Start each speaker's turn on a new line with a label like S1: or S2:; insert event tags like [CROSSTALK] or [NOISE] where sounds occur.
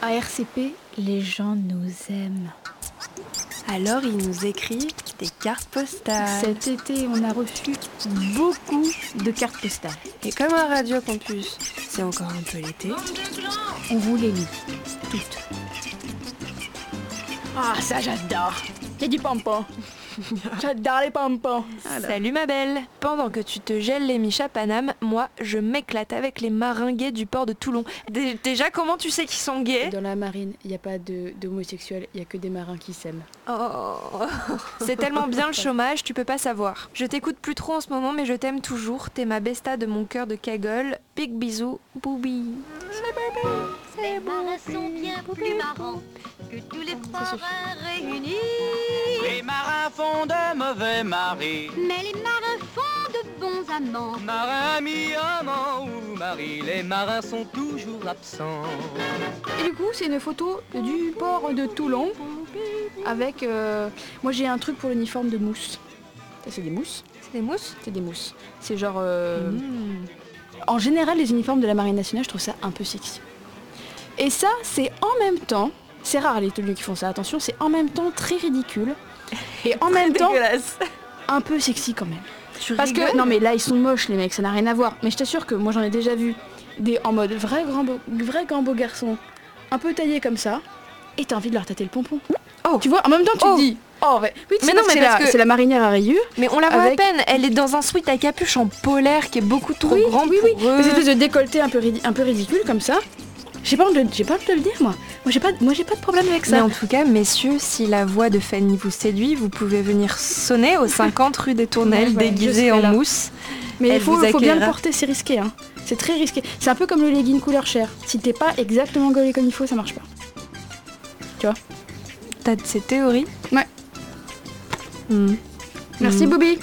S1: À RCP, les gens nous aiment.
S2: Alors il nous écrit des cartes postales.
S1: Cet été, on a reçu beaucoup de cartes postales.
S2: Et comme un Radio Campus, c'est encore un peu l'été.
S1: On vous les lit toutes.
S3: Ah, ça j'adore C'est du pompon J'adore les pompons
S2: Salut ma belle Pendant que tu te gèles les miches à Paname, moi je m'éclate avec les marins gays du port de Toulon. Dé- déjà comment tu sais qu'ils sont gays
S4: Dans la marine, il n'y a pas de- d'homosexuels, il n'y a que des marins qui s'aiment.
S2: Oh C'est tellement bien [LAUGHS] le chômage, tu peux pas savoir. Je t'écoute plus trop en ce moment mais je t'aime toujours. T'es ma besta de mon cœur de cagole. Big bisous, boubi.
S5: Les marins sont bien plus marrants que tous les forains réunis.
S6: Les marins font de mauvais maris.
S5: Mais les marins font de bons amants.
S6: Marins amis, amants ou mari, les marins sont toujours absents.
S4: Et du coup, c'est une photo du port de Toulon avec. euh, moi, j'ai un truc pour l'uniforme de mousse. Ça, C'est des mousses
S2: C'est des mousses Mmh.
S4: C'est des mousses. C'est genre. euh, En général, les uniformes de la marine nationale, je trouve ça un peu sexy. Et ça, c'est en même temps. C'est rare les tenues qui font ça, attention, c'est en même temps très ridicule. Et
S2: [LAUGHS]
S4: en même temps,
S2: Dégueulasse.
S4: un peu sexy quand même.
S2: Tu
S4: Parce que non mais là ils sont moches les mecs, ça n'a rien à voir. Mais je t'assure que moi j'en ai déjà vu des en mode vrai grand beau, vrai grand beau garçon, un peu taillé comme ça, et t'as envie de leur tâter le pompon.
S2: Oh.
S4: Tu vois, en même temps tu
S2: Oh.
S4: te dis. Oh ouais. oui, tu
S2: Mais
S4: sais
S2: non,
S4: parce
S2: mais
S4: que c'est
S2: parce
S4: la,
S2: que-
S4: c'est la marinière à rayures.
S2: Mais on la voit
S4: Avec-
S2: à peine, elle est dans un sweat à capuche en polaire qui est beaucoup trop
S4: Oui,
S2: grand
S4: oui,
S2: pour eux.
S4: Des espèces de décolleté un peu ridi- un peu ridicule comme ça. J'ai pas honte de, j'ai pas honte de le dire moi. Moi j'ai pas moi j'ai pas de problème avec
S2: Mais
S4: ça.
S2: en tout cas, messieurs, si la voix de Fanny vous séduit, vous pouvez venir sonner au 50 rue des Tournelles
S4: Ouais, voilà, je
S2: déguisé
S4: serai
S2: en
S4: là.
S2: mousse.
S4: Mais il
S2: Elle
S4: faut,
S2: vous
S4: faut bien le
S2: accueillera.
S4: porter, c'est risqué hein. C'est très risqué. C'est un peu comme le legging couleur chair. Si t'es pas exactement gaulé comme il faut, ça marche pas.
S2: T'as de ces théories
S4: Ouais.
S2: Hmm.
S4: Merci
S2: Hmm.
S4: Bobby.